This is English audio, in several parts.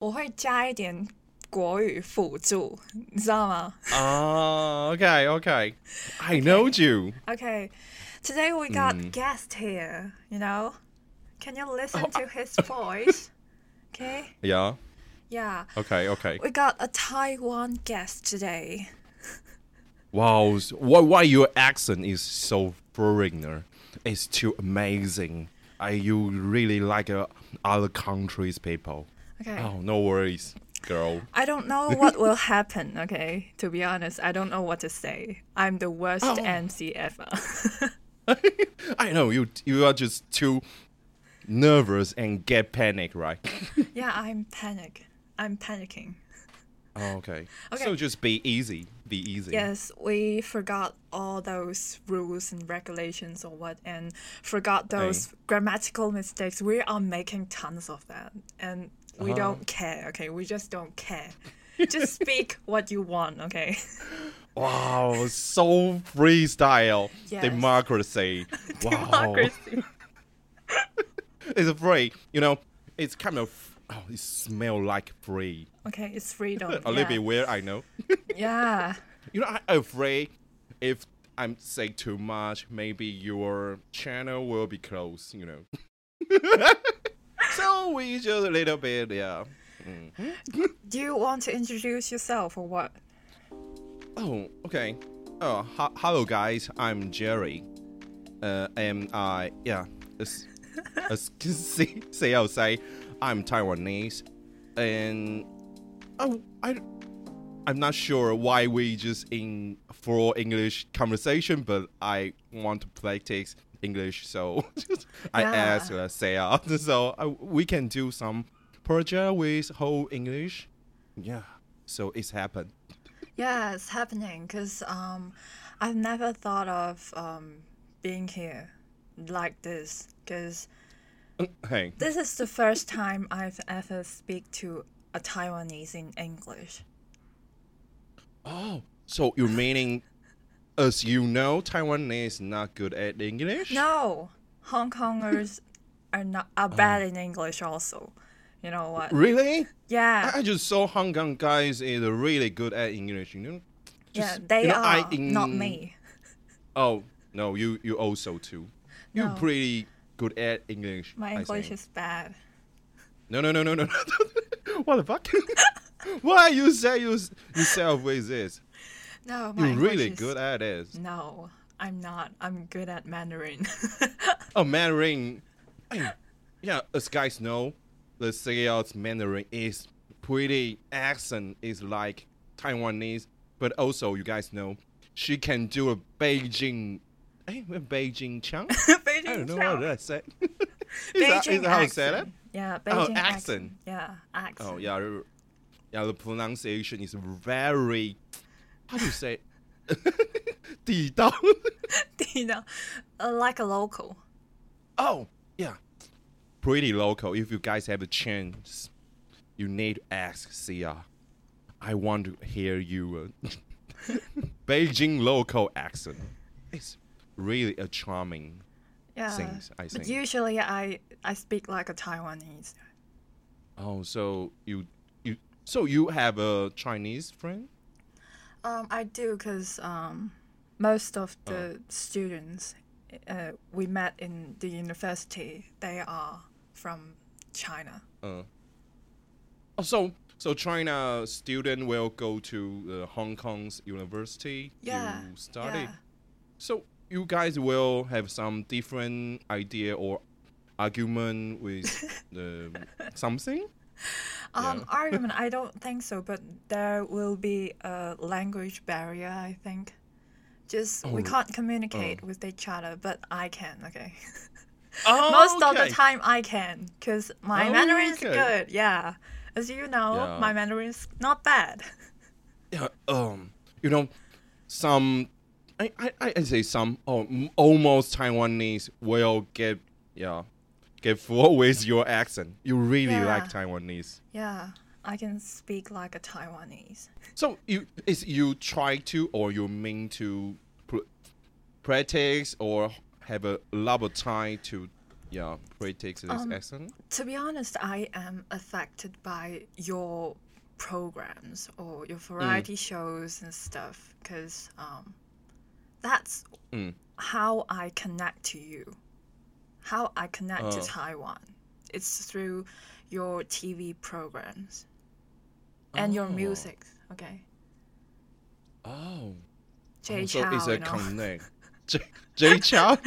我会加一点国语辅助，你知道吗 Oh, okay, okay. I know you. ？Okay, today we got Mm. guest here. You know, can you listen to his voice? Okay, Yeah. yeah, Okay, okay. we got a Taiwan guest today. Wow. s- Why, why your accent is so foreigner? It's too amazing. I you really like uh, other countries people. Okay. Oh, no worries, girl. I don't know what will happen, okay? To be honest, I don't know what to say. I'm the worst Oh. MC ever. I know you. You are just too nervous and get panic, right? yeah, I'm panic. I'm panicking. Oh, okay. Okay. So just be easy. Be easy. Yes, we forgot all those rules and regulations or what and forgot those grammatical mistakes. We are making tons of that and we Uh-huh. don't care, okay? We just don't care. just speak what you want, okay? Wow, so freestyle Yes. democracy. Wow. Democracy. It's free. You know, it's kind of oh, it smell like free. Okay, it's freedom. A yeah. little bit weird, I know. yeah. you know, I afraid if I'm say too much, maybe your channel will be closed. You know. so we just a little bit, yeah. Do you want to introduce yourself or what? Oh, okay. Oh, ha- hello guys. I'm Jerry. Uh, and I yeah, as as you see, see outside, I'm Taiwanese, and oh, I I'm not sure why we just in for English conversation, but I want to practice English, so I Yeah. asked uh, Sarah, so uh, we can do some project with whole English. Yeah, so it's happened. Yeah, it's happening because um, I've never thought of um, being here like this because Hey. this is the first time I've ever speak to a Taiwanese in English. Oh, so you're meaning, as you know, Taiwanese is not good at English? No, Hong Kongers are not are Uh-huh. bad in English also. You know what? Really? Yeah, I, I just saw Hong Kong guys is really good at English. You know? yeah, Just- they you know, I are not in- me. Oh no, you you also too. You're No. pretty good at English. My I English think. is bad. no no no no no. no. what the fuck? Why you say you s- yourself with this? No, my You're really English is- good at this. No, I'm not. I'm good at Mandarin. Oh, Mandarin. Hey, yeah, as guys know, the CL's Mandarin is pretty accent is like Taiwanese, but also you guys know she can do a Beijing. Hey, a Beijing Chang? Beijing I don't know style. what that said. is that, is that how you say that? accent. Yeah, Oh, Beijing accent. accent. Yeah, accent. Oh yeah, r- yeah. The pronunciation is very. How do you say? 地道。 you know, uh, like a local. Oh, yeah. Pretty local. If you guys have a chance, you need to ask Sia. I want to hear you uh, Beijing local accent. It's really a charming. Yeah. Things, I But think. usually I I speak like a Taiwanese. Oh, so you you so you have a Chinese friend? Um, I do because um, most of Oh. the students uh, we met in the university they are from China. Uh. Oh, so so China student will go to uh, Hong Kong's university Yeah. to study. Yeah. So you guys will have some different idea or argument with the something? Um, Yeah. argument, I don't think so, but there will be a language barrier, I think. Just we Oh, can't communicate with each other, but I can, okay? Oh, Most of okay. Oh, the time I can, because my Mandarin is Okay. good, yeah. As you know, Yeah. my Mandarin is not bad. Yeah, um, you know, some. I, I, I I say some. Oh, m- almost Taiwanese will get yeah, get full with your accent. You really like Yeah. Taiwanese. Yeah, I can speak like a Taiwanese. So you is you try to or you mean to pr- practice or have a lot of time to Yeah, critics this Um, accent. To be honest, I am affected by your programs or Mm. your variety shows and stuff because um, that's Mm. how I connect to you, how I connect to Oh. Taiwan. It's through your TV programs and your Oh. music. Okay, Oh, Jay so Chou, it's a you know. connect. J J Chow.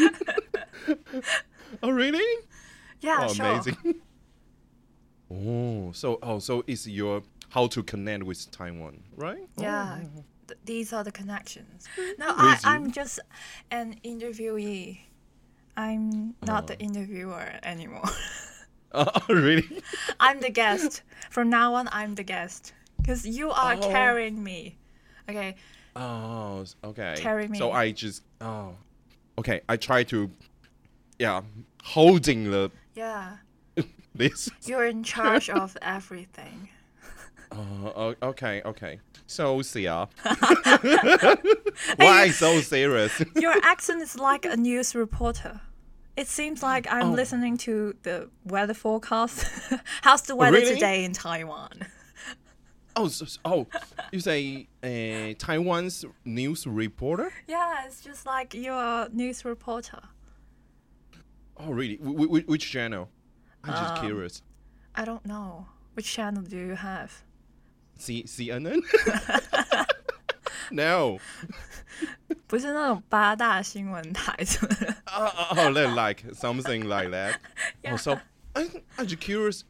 oh really? yeah, oh, sure. amazing. oh, so oh, so it's your how to connect with Taiwan, right? Yeah, th- these are the connections. No, I, With you. I'm just an interviewee. I'm not the interviewer anymore. Oh, oh, really? I'm the guest. From now on, I'm the guest. Because you are Oh. carrying me. Okay, Oh, s- okay. Carry So me. I just oh, okay. I try to, yeah, holding the yeah. this. You're in charge of everything. Oh, o- okay, okay. So Sia, why so serious? Your accent is like a news reporter. It seems like Oh. I'm listening to the weather forecast. How's the weather Really? today in Taiwan? Oh, so, so- oh, you say uh, Taiwan's news reporter? Yeah, it's just like you're a news reporter. Oh, really? W- w- which channel? I'm just curious. I don't know. Which channel do you have? C- CNN? no. 不是那种八大新闻台什么的。 Oh, oh, oh, they like something like that. Oh, so I'm, I'm just curious.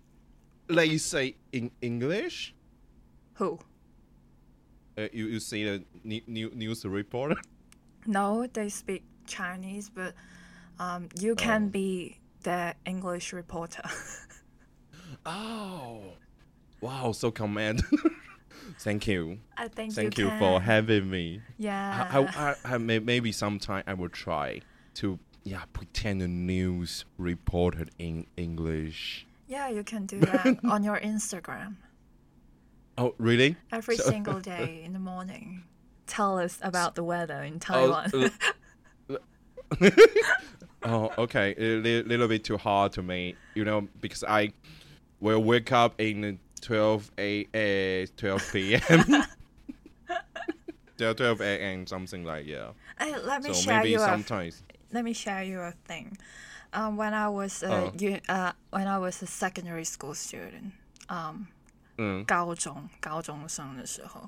They say in English. Who? Uh, you you see the ne- new news reporter? No, they speak Chinese, but um, you can be the English reporter. Oh, wow! So command. Thank you. I think Thank you, you, can. for having me. Yeah. I, I, I, I may, maybe sometime I will try to yeah pretend a news reported in English. Yeah, you can do that on your Instagram Oh really? every So- single day in the morning. Tell us about the weather in Oh, Taiwan. uh, oh, okay. A li- little bit too hard to me, you know, because I will wake up in 12 a, uh, 12 p.m. 12 12 a.m. something like yeah. Hey, let me So share maybe you a sometimes. let me share you a thing. Um, when I was a Oh. u- uh, when I was a secondary school student, um, 嗯，高中高中生的时候,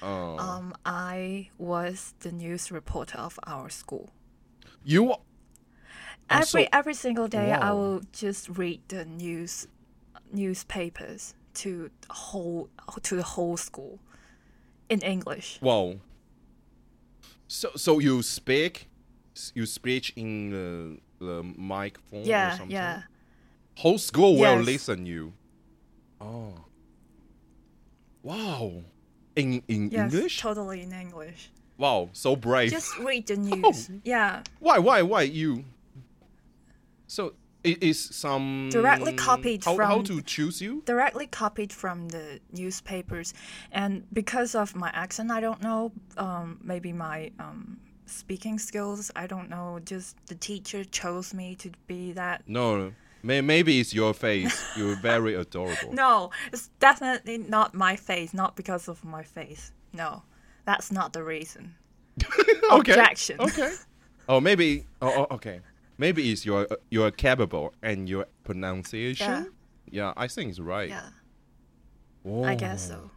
哦 um, I was the news reporter of our school. ，you are- Oh, so- Every every single day, I Wow. will just read the news newspapers to the whole to the whole school in English. wow. So so you speak, you speak in the the microphone or Yeah, something. yeah. whole school will Yes. listen you. Oh. Wow. In in Yes, English? totally in English. Wow, so brave. Just read the news. Yeah, Why why why you? So it is some Directly copied how, how from- to choose you? directly copied from the newspapers, and because of my accent, I don't know. Um, maybe my um, speaking skills, I don't know. Just the teacher chose me to be that. No, may, maybe it's your face. You're very adorable. No, it's definitely not my face. Not because of my face. No, that's not the reason. okay. Objection. Okay. Oh, maybe. Oh, oh, okay. Maybe it's your your capable and your pronunciation. Yeah, I think it's right. Yeah, Whoa. I guess so.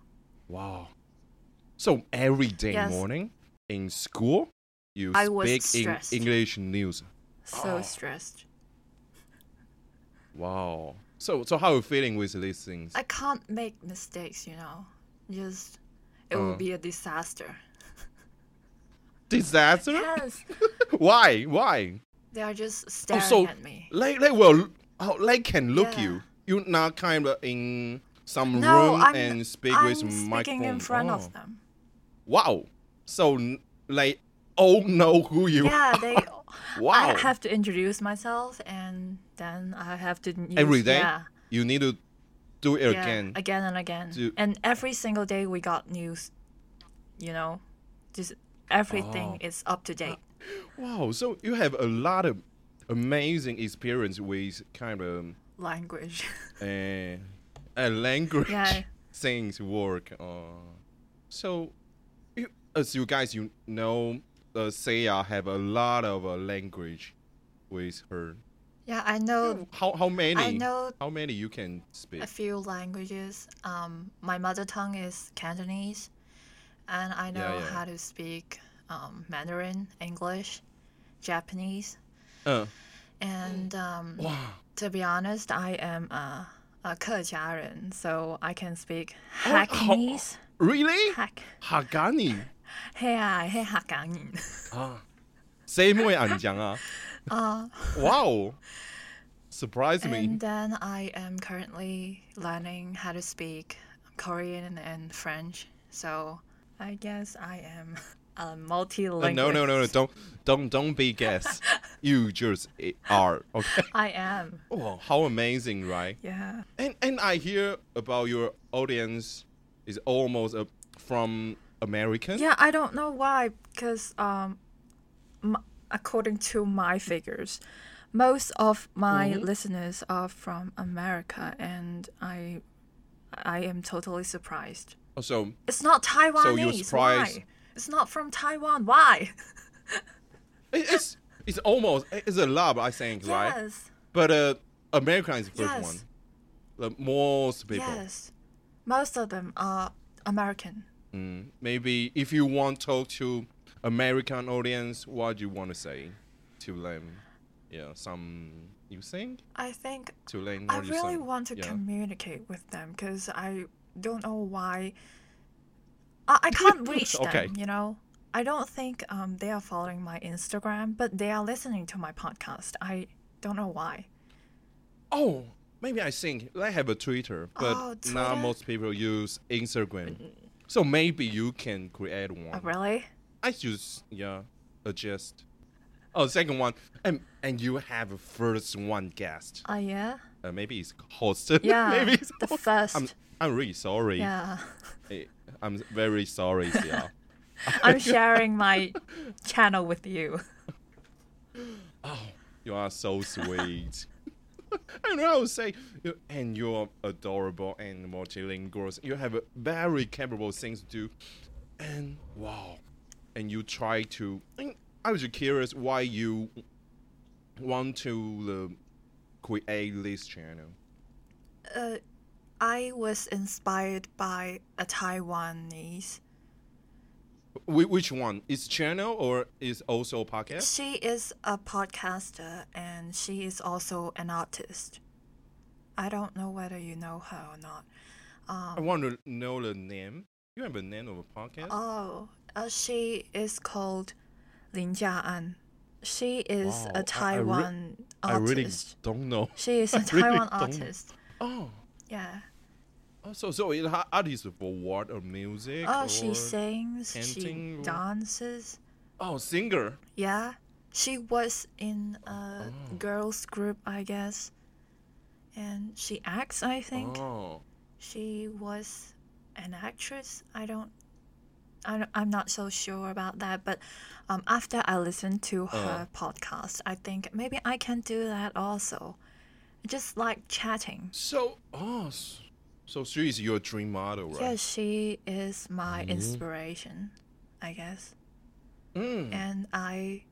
Wow. So every day Yes. morning in school, you I was speak in stressed. English news. So stressed. Wow. So so how are you feeling with these things? I can't make mistakes. You know, just it will Uh. be a disaster. Disaster? Yes, Why? Why? they are just Oh, staring so at me. they they will oh, they can look Yeah. you. You're not kind of in some No, room I'm, and speak I'm with speaking microphone. in front Oh. of them. Wow. So n- they all know who you Yeah, they. are. Wow. I have to introduce myself, and then I have to use, Every day Yeah, you need to do it yeah, again. again and again, Do- and every single day we got news. You know, Oh. just everything is up to date. Wow, so you have a lot of amazing experience with kind of language. uh, a language Yeah. things work. Uh, so, you, as you guys you know, uh, Seiya have a lot of uh, language with her. Yeah, I know How how many? I know How many you can speak? a few languages. Um, my mother tongue is Cantonese, and I know yeah. how to speak um, Mandarin, English, Japanese, Uh, and um, wow. to be honest, I am a a Kejiaren, so I can speak Oh, Hackneyese. Really? Hack. Hagani. Hey, I, hey, Hackangin. Ah. Same way I'm Yang. Ah. wow. Surprised me. And then I am currently learning how to speak Korean and French. So I guess I am a Uh, multilingual. no, no, no, no. Don't, don't, don't be guess. you just i- are. Okay. I am. Wow, how amazing, right? Yeah. And and I hear about your audience is almost a, from American. Yeah, I don't know why, because um, m- according to my figures, most of my Mm-hmm. listeners are from America, and I, I am totally surprised. So It's not Taiwanese. surprised- Why? It's not from Taiwan. Why? it, it's it's almost it's a lot, I think, right? yes. But uh, American is the first Yes. one. The most people. Yes, most of them are American. Mm, maybe if you want to talk to American audience, what do you want to say to them? Yeah, some you think I think to them. I or you really some- want to yeah. communicate with them because I don't know why. I, I can't reach Okay. them, you know? I don't think um, they are following my Instagram, but they are listening to my podcast. I don't know why. Oh, maybe I think they have a Twitter, but Oh, now Twitter? most people use Instagram. So maybe you can create one. Oh, really? I just yeah, adjust. Oh, second one, and and you have a first one guest. Oh, yeah? Uh, maybe it's host. Yeah. maybe it's the host. 1st I'm I'm really sorry. yeah. Eh, I'm very sorry, yeah. I'm sharing my channel with you. You are so sweet. and I would say, you- and you're adorable and multilingual. You have a very capable things to do. And wow. And you try to. and I was just curious why you want to uh, create this channel. uh, I was inspired by a Taiwanese. Wh- which one? Is channel or is also a podcast? She is a podcaster and she is also an artist. I don't know whether you know her or not. Uh-huh. Um, I want to know the name. You have a name of a podcast? Oh, uh, she is called Lin Jiaan. She is Wow, I- I a re- Taiwan I artist. really don't know. she is a I really Taiwan don't- artist. Oh. Yeah. Oh, so so it ha- artists for what or music? Oh, or... she sings, painting she or- dances. Oh, singer. Yeah, she was in a Oh. girls group, I guess. And she acts, I think. Oh, She was an actress. I don't I don't- I'm not so sure about that, but um, after I listened to Uh-huh. her podcast, I think maybe I can do that also. Just like chatting. so oh, s- so she is your dream model, right? Mm-hmm. Yeah, she is my inspiration, I guess. Mm. And I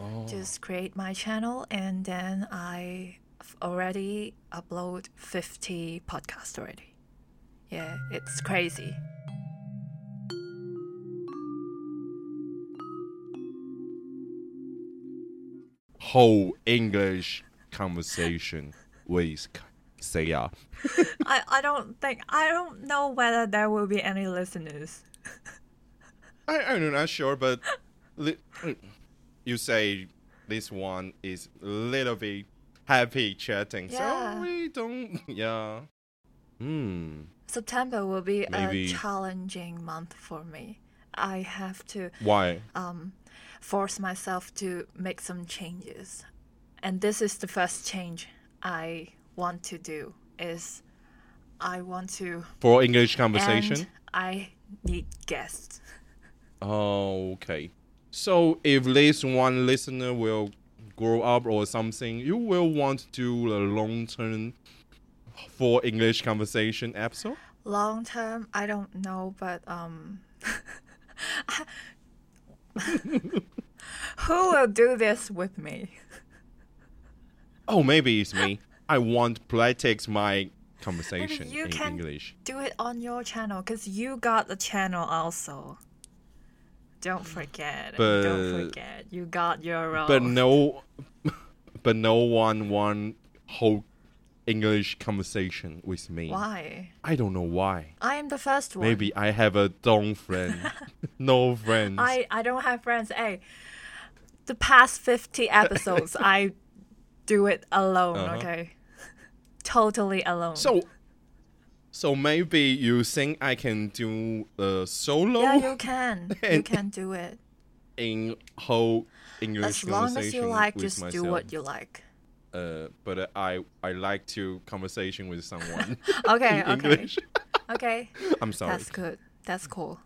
Oh. just create my channel and then I f- already upload 50 podcasts already. Yeah, it's crazy. Whole English conversation with K- Seiya. I, I don't think, I don't know whether there will be any listeners. I I'm not sure, but li- you say this one is little bit happy chatting, Yeah. so we don't. Yeah. Hmm. September will be Maybe- a challenging month for me. I have to Why? um, force myself to make some changes. And this is the first change I want to do is I want to For English conversation. And I need guests. Oh, okay. So if this one listener will grow up or something, you will want to do a long term for English conversation episode. Long term, I don't know, but um, who will do this with me? Oh, maybe it's me. I want practice my conversation you in can- English. Do it on your channel, cause you got the channel also. Don't forget. But- don't forget. You got your own. But no, but no one want whole English conversation with me. Why? I don't know why. I am the first one. Maybe I have a dumb friend. no friends. I, I don't have friends. Hey, the past 50 episodes, I do it alone, Uh-huh. okay? Totally alone. So, so maybe you think I can do a solo yeah, you can. You And- can do it. in whole English As long as you conversation like, with just myself. do what you like. Uh, but I I like to conversation with someone Okay, in okay. English. Okay. I'm sorry. That's good. That's cool.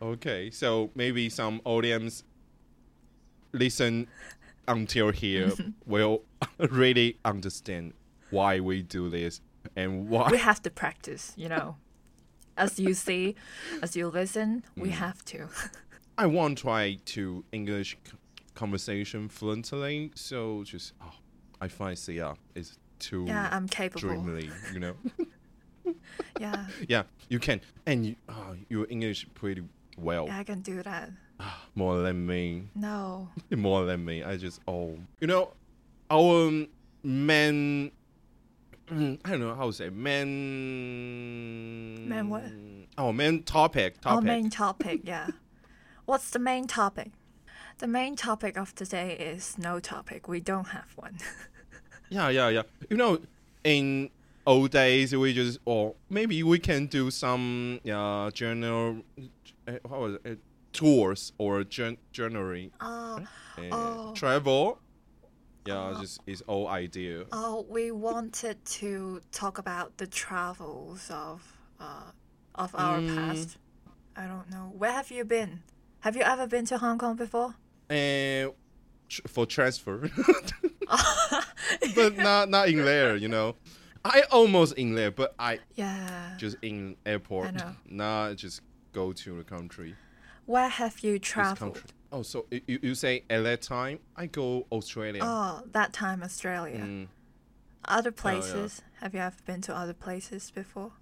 Okay, so maybe some audience listen until here will really understand why we do this and We why. have to practice, you know. As you see, as you listen, we have to. I won't try to English c- conversation fluently, so just oh, I find CR is too Yeah, I'm capable. dreamily, you know. Yeah, yeah, you can, and you oh, your English pretty well, I can do that. more than me. No. more than me. I just oh, you know, our um, men. mm, I don't know how to say men. Men what? Oh, men topic Our topic. main topic, yeah. What's the main topic? The main topic of today is no topic. We don't have one. Yeah, yeah, yeah. You know, in old days we just or maybe we can do some yeah general uh, how was it? Uh, tours or gen- journey Oh, uh, Oh. Uh-huh. travel. Yeah, just is old idea. oh, we wanted to talk about the travels of uh, of our past. I don't know. Where have you been? Have you ever been to Hong Kong before? uh, tr- for transfer, but not not in there. You know, I almost in there, but I Yeah. just in airport. I know. Nah, I just go to the country. Where have you This traveled? country. Oh, so you, you- you say at that time I go Australia. Oh, that time Australia. Mm, Other places? Have you ever been to other places before?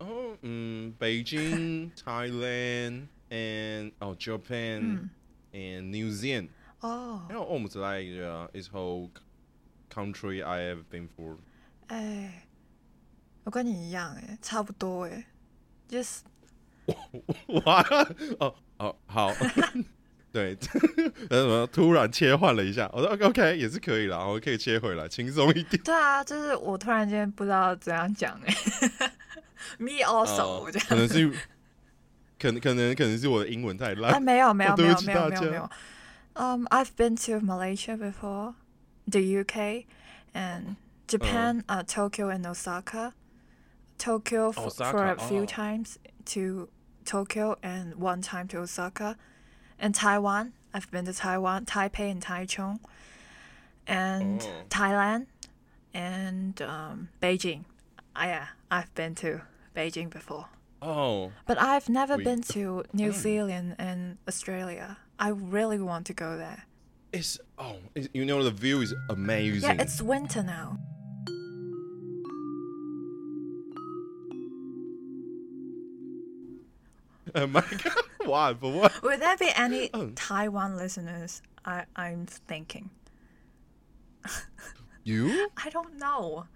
oh, mm, Beijing, Thailand, and oh Japan, Hmm. and New Zealand. Oh, You know, almost like uh, this whole c- country I have been for. 哎，eh. 我跟你一样哎，差不多哎，just 哇哦哦 好，Oh, 对， 呃，什么突然切换了一下，我说 OK OK 也是可以啦，我可以切回来，轻松一 点。对啊，就是我突然间不知道怎样讲哎、me 哦 also 这可样能是，可能可能可能是我的英文太啊，烂。没有没有 对没有不起没有没大有家没有。Um, I've been to Malaysia before, the UK, and Japan, Oh. uh, Tokyo and Osaka. Tokyo f- for a Osaka, few oh. times to Tokyo and one time to Osaka, and Taiwan. I've been to Taiwan, Taipei and Taichung, and Oh. Thailand, and um, Beijing. I, yeah, I've been to Beijing before. 哦 But I've never We- been to New Zealand and Australia. I really want to go there. ，it's oh it's- you know the view is Yeah, amazing。 it's winter now. Oh my god, why for what? Will there be any Oh. Taiwan listeners? I, I'm thinking. You? I don't know.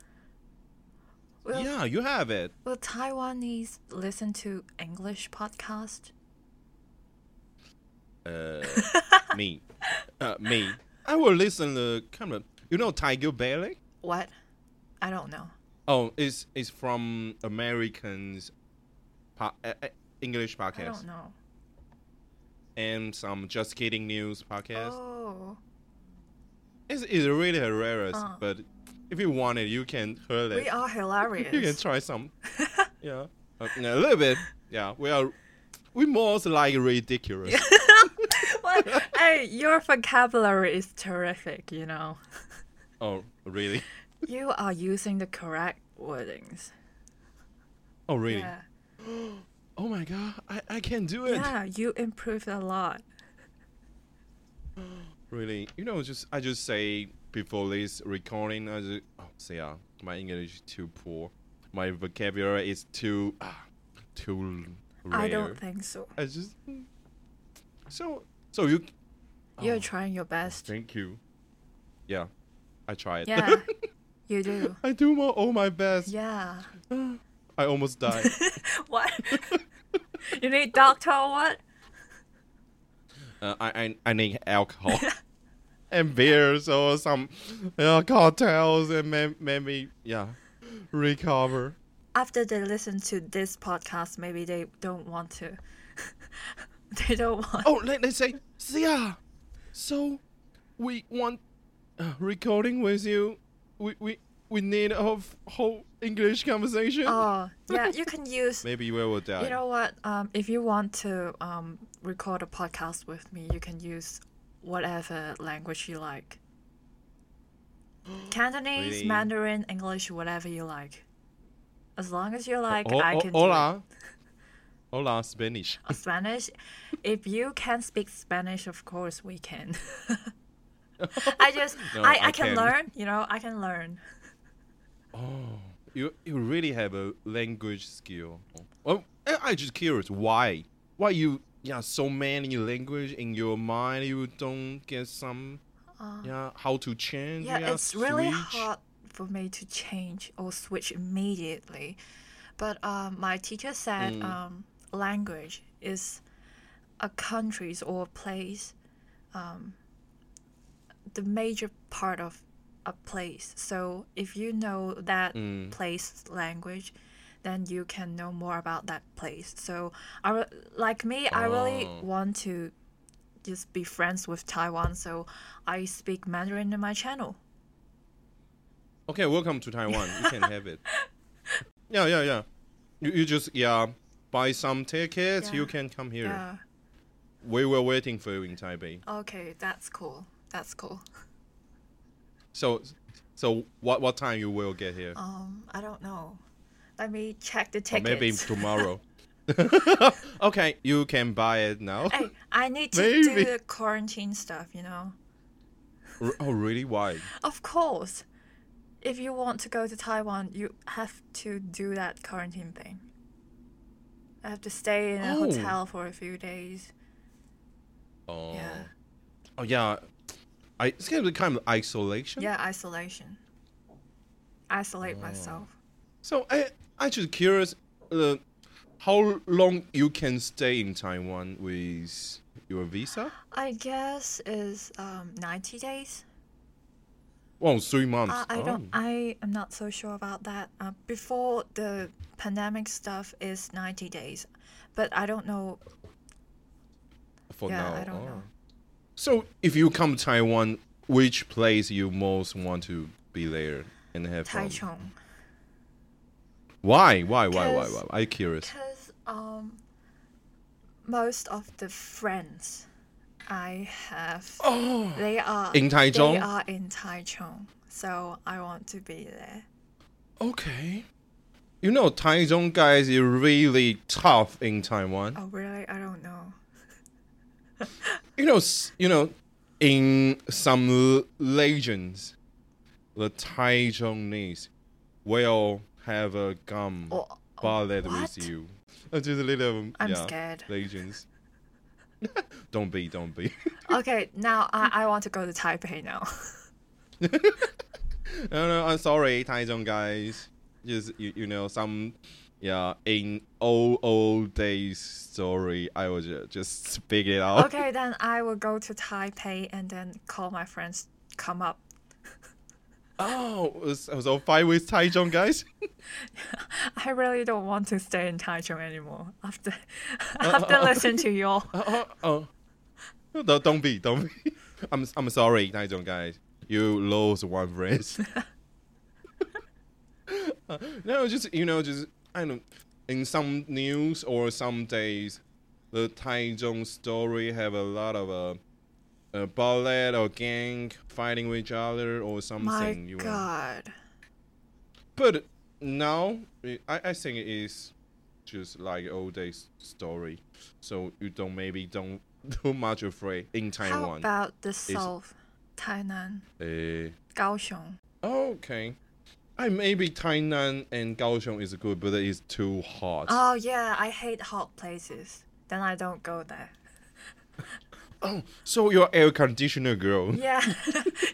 Will, Yeah, you have it. will Taiwanese listen to English podcast? Uh, me, uh, me. I will listen the camera. You know Tiger Bailey? What? I don't know. Oh, it's it's from Americans, po- uh, uh, English I podcast don't know. and some just kidding news podcast. Oh, It's, it's really hilarious, Uh. but if you want it, you can hear we it. are You can hilarious. try some. yeah, Uh, a little bit. Yeah, we are. We more like ridiculous. What? like, hey, your vocabulary is terrific, you know. Oh, really? You are using the correct wordings. Oh, really? Yeah. Oh my god, I, I can do it. Yeah, you improved a lot. Really? You know, just I just say before this recording, I just oh, say ah, my English is too poor. My vocabulary is too ah, too rare. I don't think so. I just so so you. You're Oh, trying your best. Thank you. Yeah, I tried. Yeah, you do. I do more, all my best. Yeah. I almost died. What? you need doctor or what? uh, I, I I need alcohol and beers or some uh, cocktails and ma- maybe yeah recover. After they listen to this podcast, maybe they don't want to. they don't want. Oh, let, let's say Zia. So we want uh, recording with you. We we we need a whole, whole English conversation. Oh, yeah. You can use Maybe we will die. You know what? Um, if you want to um, record a podcast with me, you can use whatever language you like. Cantonese, Really? Mandarin, English, whatever you like. As long as you like, Ho- I ho- can do it. hola. Hola, Spanish. Uh, Spanish. if you can speak Spanish, of course we can. I just, No, I, I, I can, can. learn. You know, I can learn. You you really have a language skill. Well, I I just curious why why you yeah so many language in your mind you don't get some yeah how to change Ah. Yeah, it's really switch? hard for me to change or switch immediately. But um, my teacher said Mm. um, language is a country's or a place, um, the major part of a place. So if you know that Mm. place language, then you can know more about that place. So I re- like me, I really Oh. want to just be friends with Taiwan. So I speak Mandarin in my channel. Okay, welcome to Taiwan. You can have it. Yeah, yeah, yeah. You, you just yeah buy some tickets. You Yeah. can come here. Yeah. We were waiting for you in Taipei. Okay, that's cool. That's cool. So so what what time you will get here? Um, I don't know. Let me check the Or tickets. maybe tomorrow. okay, you can buy it now. hey, I need to Maybe. do the quarantine stuff. You know. R- oh really? Why? Of course, if you want to go to Taiwan, you have to do that quarantine thing. I have to stay in a Oh. hotel for a few days. Oh. Yeah. Oh yeah. I it's gonna be kind of isolation. Yeah, isolation. Oh. Isolate myself. So I I just curious, uh, how long you can stay in Taiwan with your visa? I guess is um, ninety days. Well, three months. Uh, I don't. Oh. I am not so sure about that. Uh, before the pandemic stuff is ninety days, but I don't know. For yeah, now. I don't oh. know. So if you come to Taiwan, which place you most want to be there and have fun? Taichung, Why? Why? Why? Why? 'Cause- Why? I curious. because um, most of the friends I have, Oh. they are In They Taichung? are in Taichung, so I want to be there. Okay. You know, Taichung guys are really tough in Taiwan. Oh really? I don't know. you know, s- you know, in some l- legends, the Taichungese will have a gum Oh, oh, ballad what? with you. Uh, Just a little. um, I'm yeah, scared. Legends. don't be, don't be. Okay, now I, I want to go to Taipei now. no, no, I'm sorry, Taichung guys. Just you, you know, some yeah, in old old days story, I was ju- just speak it out. okay, then I will go to Taipei and then call my friends. Come up. Oh, so, so fight with Taichung guys. I really don't want to stay in Taichung anymore after after listening to you all. oh, Uh-huh. oh. No, don't- don't be, don't be. I'm I'm sorry, 那种 guys. You lose one phrase. Uh, no, just you know, just I don't. In some news or some days, the Taichung story have a lot of uh, a bullet or gang fighting with each other or something. My you want. God. But now, I, I think it is just like old days story. So you don't maybe don't do much afraid in How Taiwan. about the south? Tainan, Eh, Kaohsiung. okay. I maybe Tainan and Kaohsiung is good, but it is too hot. Oh yeah, I hate hot places. Then I don't go there. so you're air conditioner girl. Yeah,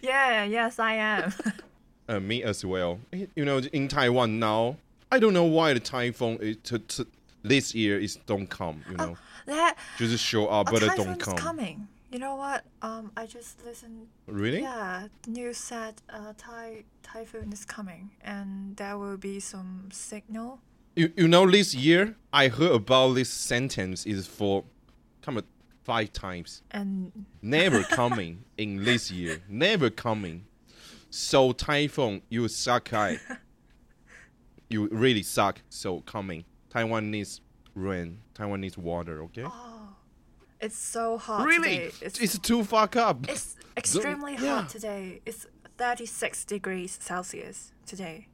yeah, yes I am. uh, me as well. You know, in Taiwan now, I don't know why the typhoon is t- t- this year is don't come. You know, that just show up, but it don't Uh, typhoon's come. oh, coming. You know what? Um, I just listened. Really? Yeah, news said uh, ty- typhoon is coming, and there will be some signal. You you know, this year I heard about this sentence is for, come on, five times. And Never coming in this year. Never coming. So typhoon, you suck. I. you really suck. So coming. Taiwan needs rain. Taiwan needs water. Okay. it's so hot. really? Oh, Today. It's, It's too fuck up. it's extremely yeah. hot today. It's thirty six degrees Celsius today.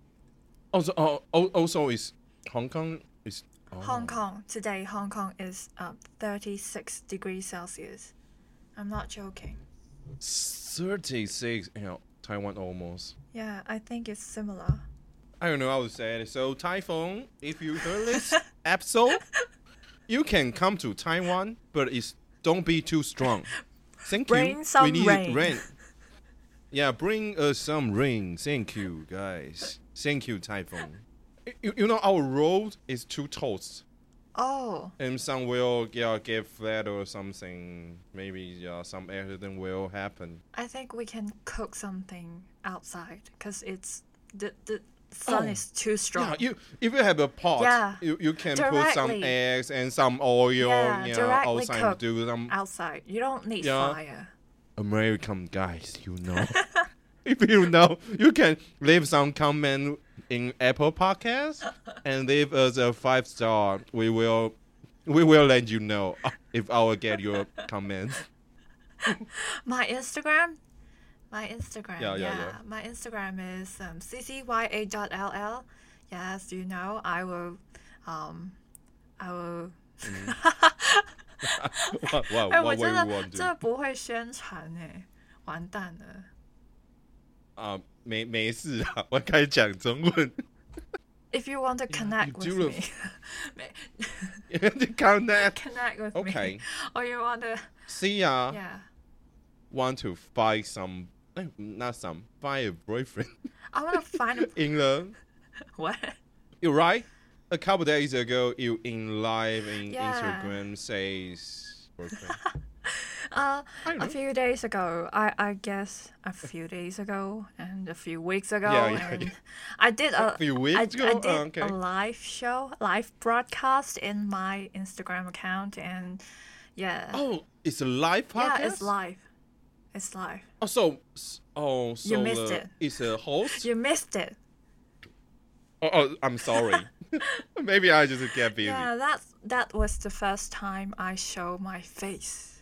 Also, oh, oh, also is Hong Kong is oh, Hong Kong today. Hong Kong is uh, thirty six degrees Celsius. I'm not joking. thirty six. oh, You know, Taiwan almost. Yeah, I think it's similar. I don't know how to say it. So typhoon, if you heard this episode, you can come to Taiwan, but it's don't be too strong. Thank you. Bring some we need rain. Yeah, bring us some rain. Thank you, guys. Thank you, typhoon. You, you know our road is too toast. Oh, and some will yeah, get flat or something. Maybe yeah, some accident will happen. I think we can cook something outside because it's the the sun Oh. is too strong. Yeah, you if you have a pot, Yeah. you, you can put some Directly. eggs and some oil, Yeah, you know, directly outside cooked. do some outside. You don't need Yeah. fire. American guys, you know. if you know, you can leave some comment in Apple Podcasts and leave us a five star. We will we will let you know uh, if I will get your comments. My Instagram, my Instagram. Yeah, Yeah, yeah, yeah. My Instagram is um, ccya.ll. Yes, you know I will. Um, I will. 哇哇哎，我哇！真 Mm. 的 what we 真的不会宣传哎、完蛋了。啊，没 没事啊，ah, 我开始讲中文。 If you want to connect with do a- me, you count that? connect with Okay. me, or you want to, See ya. yeah. Want to find some? eh, Not some. Find a boyfriend I want to find a in the. what? You right? A couple days ago, you in live in Yeah. Instagram says. boyfriend. Uh, I don't a know. few days ago, I, I guess a few days ago and a few weeks ago, Yeah, yeah, and yeah. I did a, few I- weeks I, ago? Oh, did okay. a live show, live broadcast in my Instagram account, and yeah, Oh, it's a live podcast. yeah, it's live, it's live. Oh, so s- oh, so missed uh, it. It's a host. You missed it. Oh, oh, I'm sorry. Maybe I just get busy. Yeah, that's that was the first time I show my face.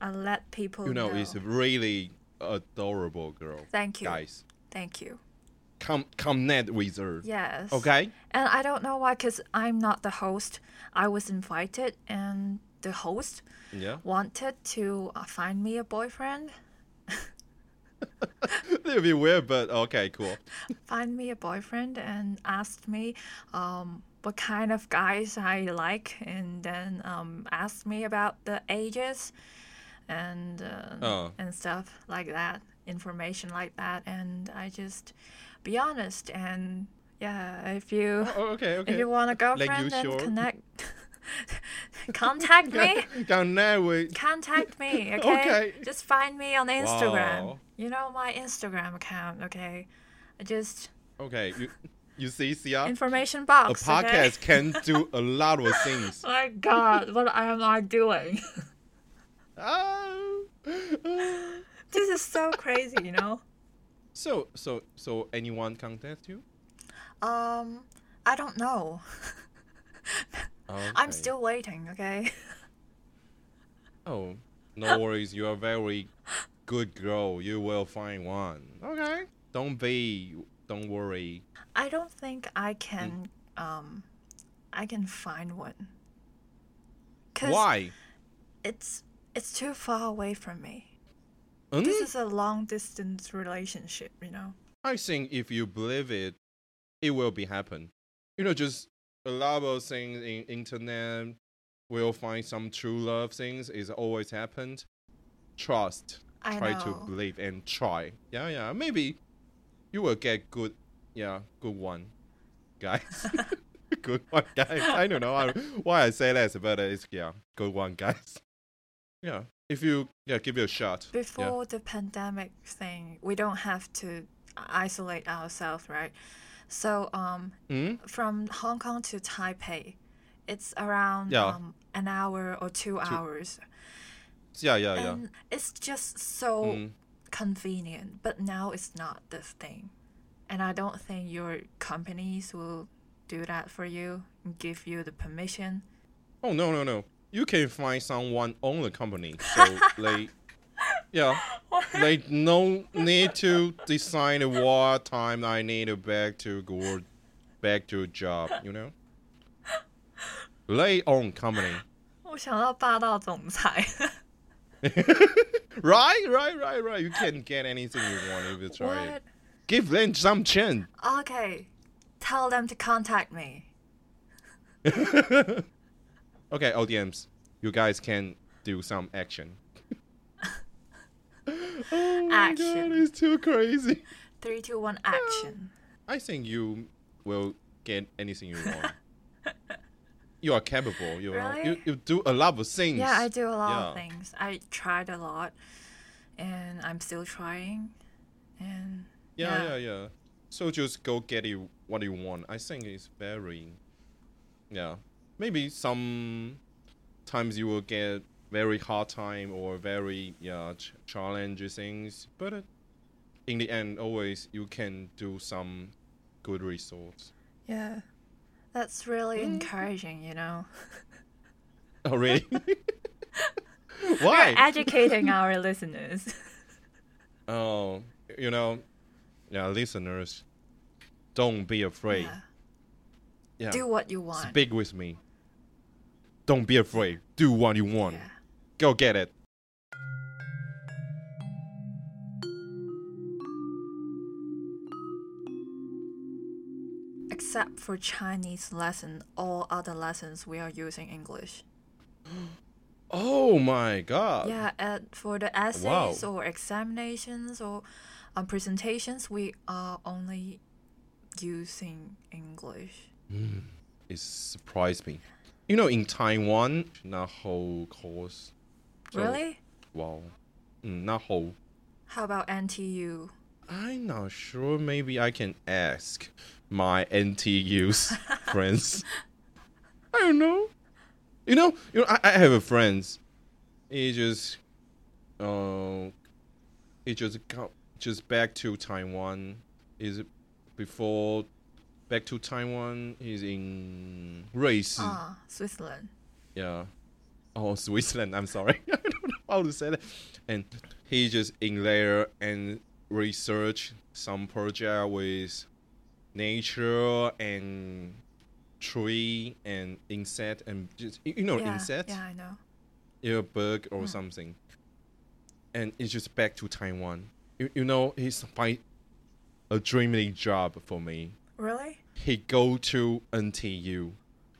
I let people You know, it's a really adorable girl. Thank you. guys. Thank you. Come, come, net with her. Yes. Okay. And I don't know why, because I'm not the host. I was invited, and the host Yeah. wanted to uh, find me a boyfriend. It'll be weird, but okay, cool. Find me a boyfriend and asked me um, what kind of guys I like, and then um, asked me about the ages and uh, Oh. and stuff like that, information like that. And I just be honest and yeah, if you Oh, okay, if okay. you want a you girlfriend, then sure? connect. contact me. Come net with. Contact me, okay? Okay. Just find me on Instagram. Wow. You know my Instagram account, okay? Just Okay, you, you see, Sia, information a box. Okay? Oh podcast can do a lot of things. My God, what am I doing? Ah. this is so crazy, you know. so, so, so, anyone contact you? Um, I don't know. I'm Okay. still waiting, okay? Oh, No worries, you're a very good girl. You will find one. Okay. Don't be. Don't worry. I don't think Mm. I can um I can find one. 'Cause Why? It's it's too far away from me. Hmm? This is a long distance relationship, you know. I think if you believe it, it will be happen. You know, just a lot of things in internet will find some true love things is always happened. Trust. I try to know. believe and try. Yeah, yeah. Maybe you will get good yeah, good one. Guys. good one guys. I don't know why I say that, but it's yeah, good one guys. Yeah. If you yeah, give it a shot. Yeah. Before the pandemic thing, we don't have to isolate ourselves, right? So um Mm? from Hong Kong to Taipei, it's around Yeah. um, an hour or two hours. Yeah, yeah, Hmm. yeah. And it's just so convenient, but now it's not the thing. And I don't think your companies will do that for you and give you the permission. Oh no no no! You can find someone own the company, so they, yeah, they no need to decide what time I need to back to go, back to job. You know, they own company. 我想到霸道总裁 Right right right right. You can get anything you want if you try What? it. Give them some chance. Okay, tell them to contact me. Okay, ODMs, you guys can do some action. oh my Action. god, it's too crazy. Three, two, one, action. I think you will get anything you want. you are capable. You know, you, Really? you do a lot of things. Yeah, I do a lot of Yeah. things. I tried a lot, and I'm still trying. And Yeah, yeah, yeah. yeah. So just go get you what you want. I think it's very, yeah. Maybe some times you will get very hard time or very yeah ch- challenging things, but uh, in the end, always you can do some good results. yeah, that's really encouraging. You know, Oh really? Why? educating our listeners. Oh, you know, yeah, listeners, don't be afraid. Yeah. Yeah, Do what you want. speak with me. Don't be afraid. Do what you want. Yeah. Go get it. Except for Chinese lesson, all other lessons we are using English. Oh my god. Yeah, and for the essays or examinations or um, presentations, we are only using English. It surprised me. You know, in Taiwan, not whole course. So- really? Wow. Mm, not whole. How about NTU? I'm not sure. Maybe I can ask my NTU's friends. I don't know. You know, you know. I, I have a friend. He just, uh, he just come just back to Taiwan. Is before back to Taiwan. He's in Race. Ah, Switzerland. Yeah. Oh, Switzerland. I'm sorry. I don't know how to say that. And he just in there and research some project with nature and tree and insect and just you you know yeah, insect, Yeah, I know. yeah, bug or something. And it's just back to Taiwan. You, you know, he's find a dreaming job for me. Really? He go to NTU,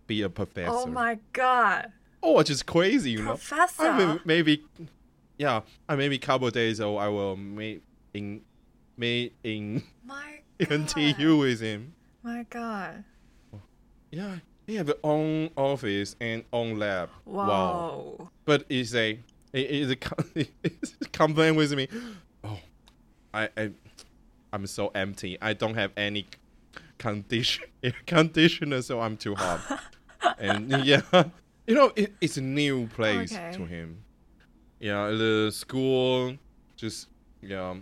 be a professor. Oh my god. Oh, it's just crazy, you know. I may, Professor. maybe, yeah, I maybe couple of days old. I will meet in, meet in My god. NTU with him. My god. Yeah, he have his own office and own lab. Wow. But it's a, it is a, com- it's a complaint with me. Oh, I, I, I'm so empty. I don't have any condition air conditioner, so I'm too hot. and yeah, you know, it, it's a new place Okay. to him. Yeah, the school just yeah,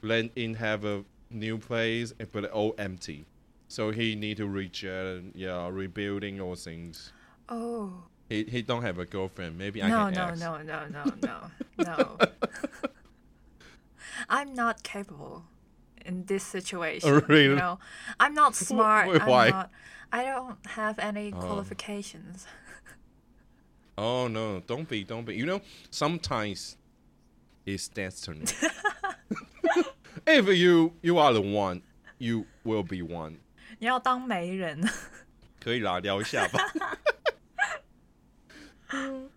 let in have a new place, eh, but all empty. So he need to reach uh, yeah rebuilding all things. Oh. He he don't have a girlfriend. Maybe I No, can no, ask. no, no, no, no, no. I'm not capable in this situation. You Oh, really? know, I'm not smart. wait, I'm why? not- I don't have any qualifications. Oh no! Don't be, don't be. You know, sometimes it's destiny. if you you are the one, you will be one. 你要当媒人， 可以啦，聊一下吧。很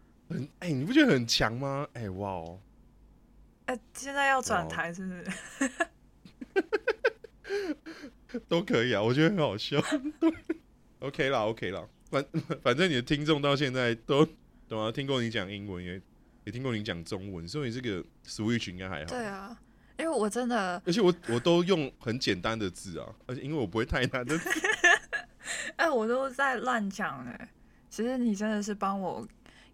哎、你不觉得很强吗？哎、哇哦！呃，现在要转哇台是不 Oh. 是？都可以啊，我觉得很好笑。OK 啦，OK 啦，反 反正你的听众到现在都懂啊，听过你讲英文也也听过你讲中文，所以这个 Switch 应该还好。对啊，因为我真的，而且我我都用很简单的字啊，而且因为我不会太难 的字。哎、我都在乱讲哎、其实你真的是帮我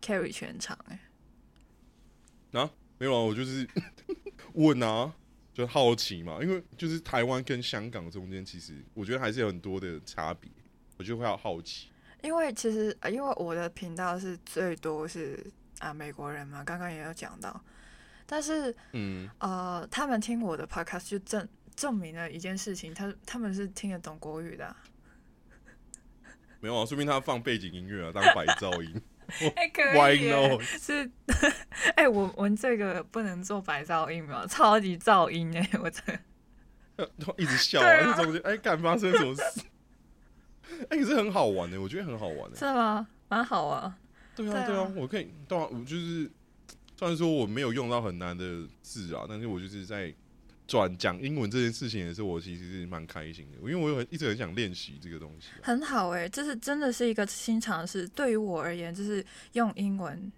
carry 全场哎、啊，没有啊，我就是 问啊，就好奇嘛，因为就是台湾跟香港中间，其实我觉得还是有很多的差别，我就会好好奇。因为其实呃因为我的频道是最多是啊、美国人嘛，刚刚也有讲到，但是嗯，呃，他们听我的 podcast 就证证明了一件事情，他他们是听得懂国语的啊、没有啊，说明他放背景音乐啊，当白噪音。哎、 可 Why 耶 not？是，哎、我我们这个不能做白噪音嘛，超级噪音哎、我这一直笑对啊，啊这中间哎，干发生什么事？ 哎、可是很好玩的、我觉得很好玩的、欸是吗？蛮好啊，对对啊，啊对啊，我可以，对啊，我就是虽然说我没有用到很难的字啊，但是我就是在转讲英文这件事情的时候，我其实是蛮开心的，因为我有很一直很想练习这个东西、啊。很好哎、这是真的是一个新尝试。对于我而言，就是用英文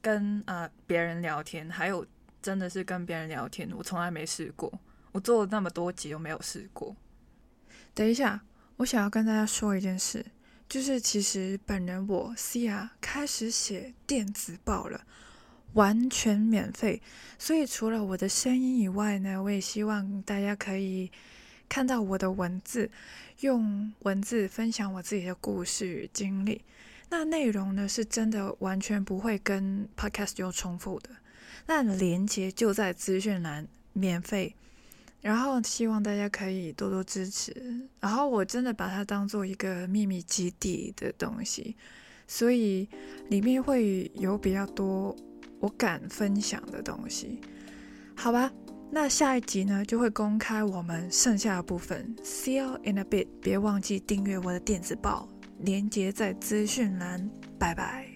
跟啊别、人聊天，还有真的是跟别人聊天，我从来没试过。我做了那么多集，都没有试过。等一下，我想要跟大家说一件事，就是其实本人我 C R 开始写电子报了，完全免费。所以除了我的声音以外呢，我也希望大家可以看到我的文字，用文字分享我自己的故事与经历。那内容呢是真的完全不会跟 podcast 有重复的。那连接就在资讯栏，免费。然后希望大家可以多多支持。然后我真的把它当做一个秘密基地的东西，所以里面会有比较多我敢分享的东西，好吧？那下一集呢，就会公开我们剩下的部分。See you in a bit，别忘记订阅我的电子报，连接在资讯栏。拜拜。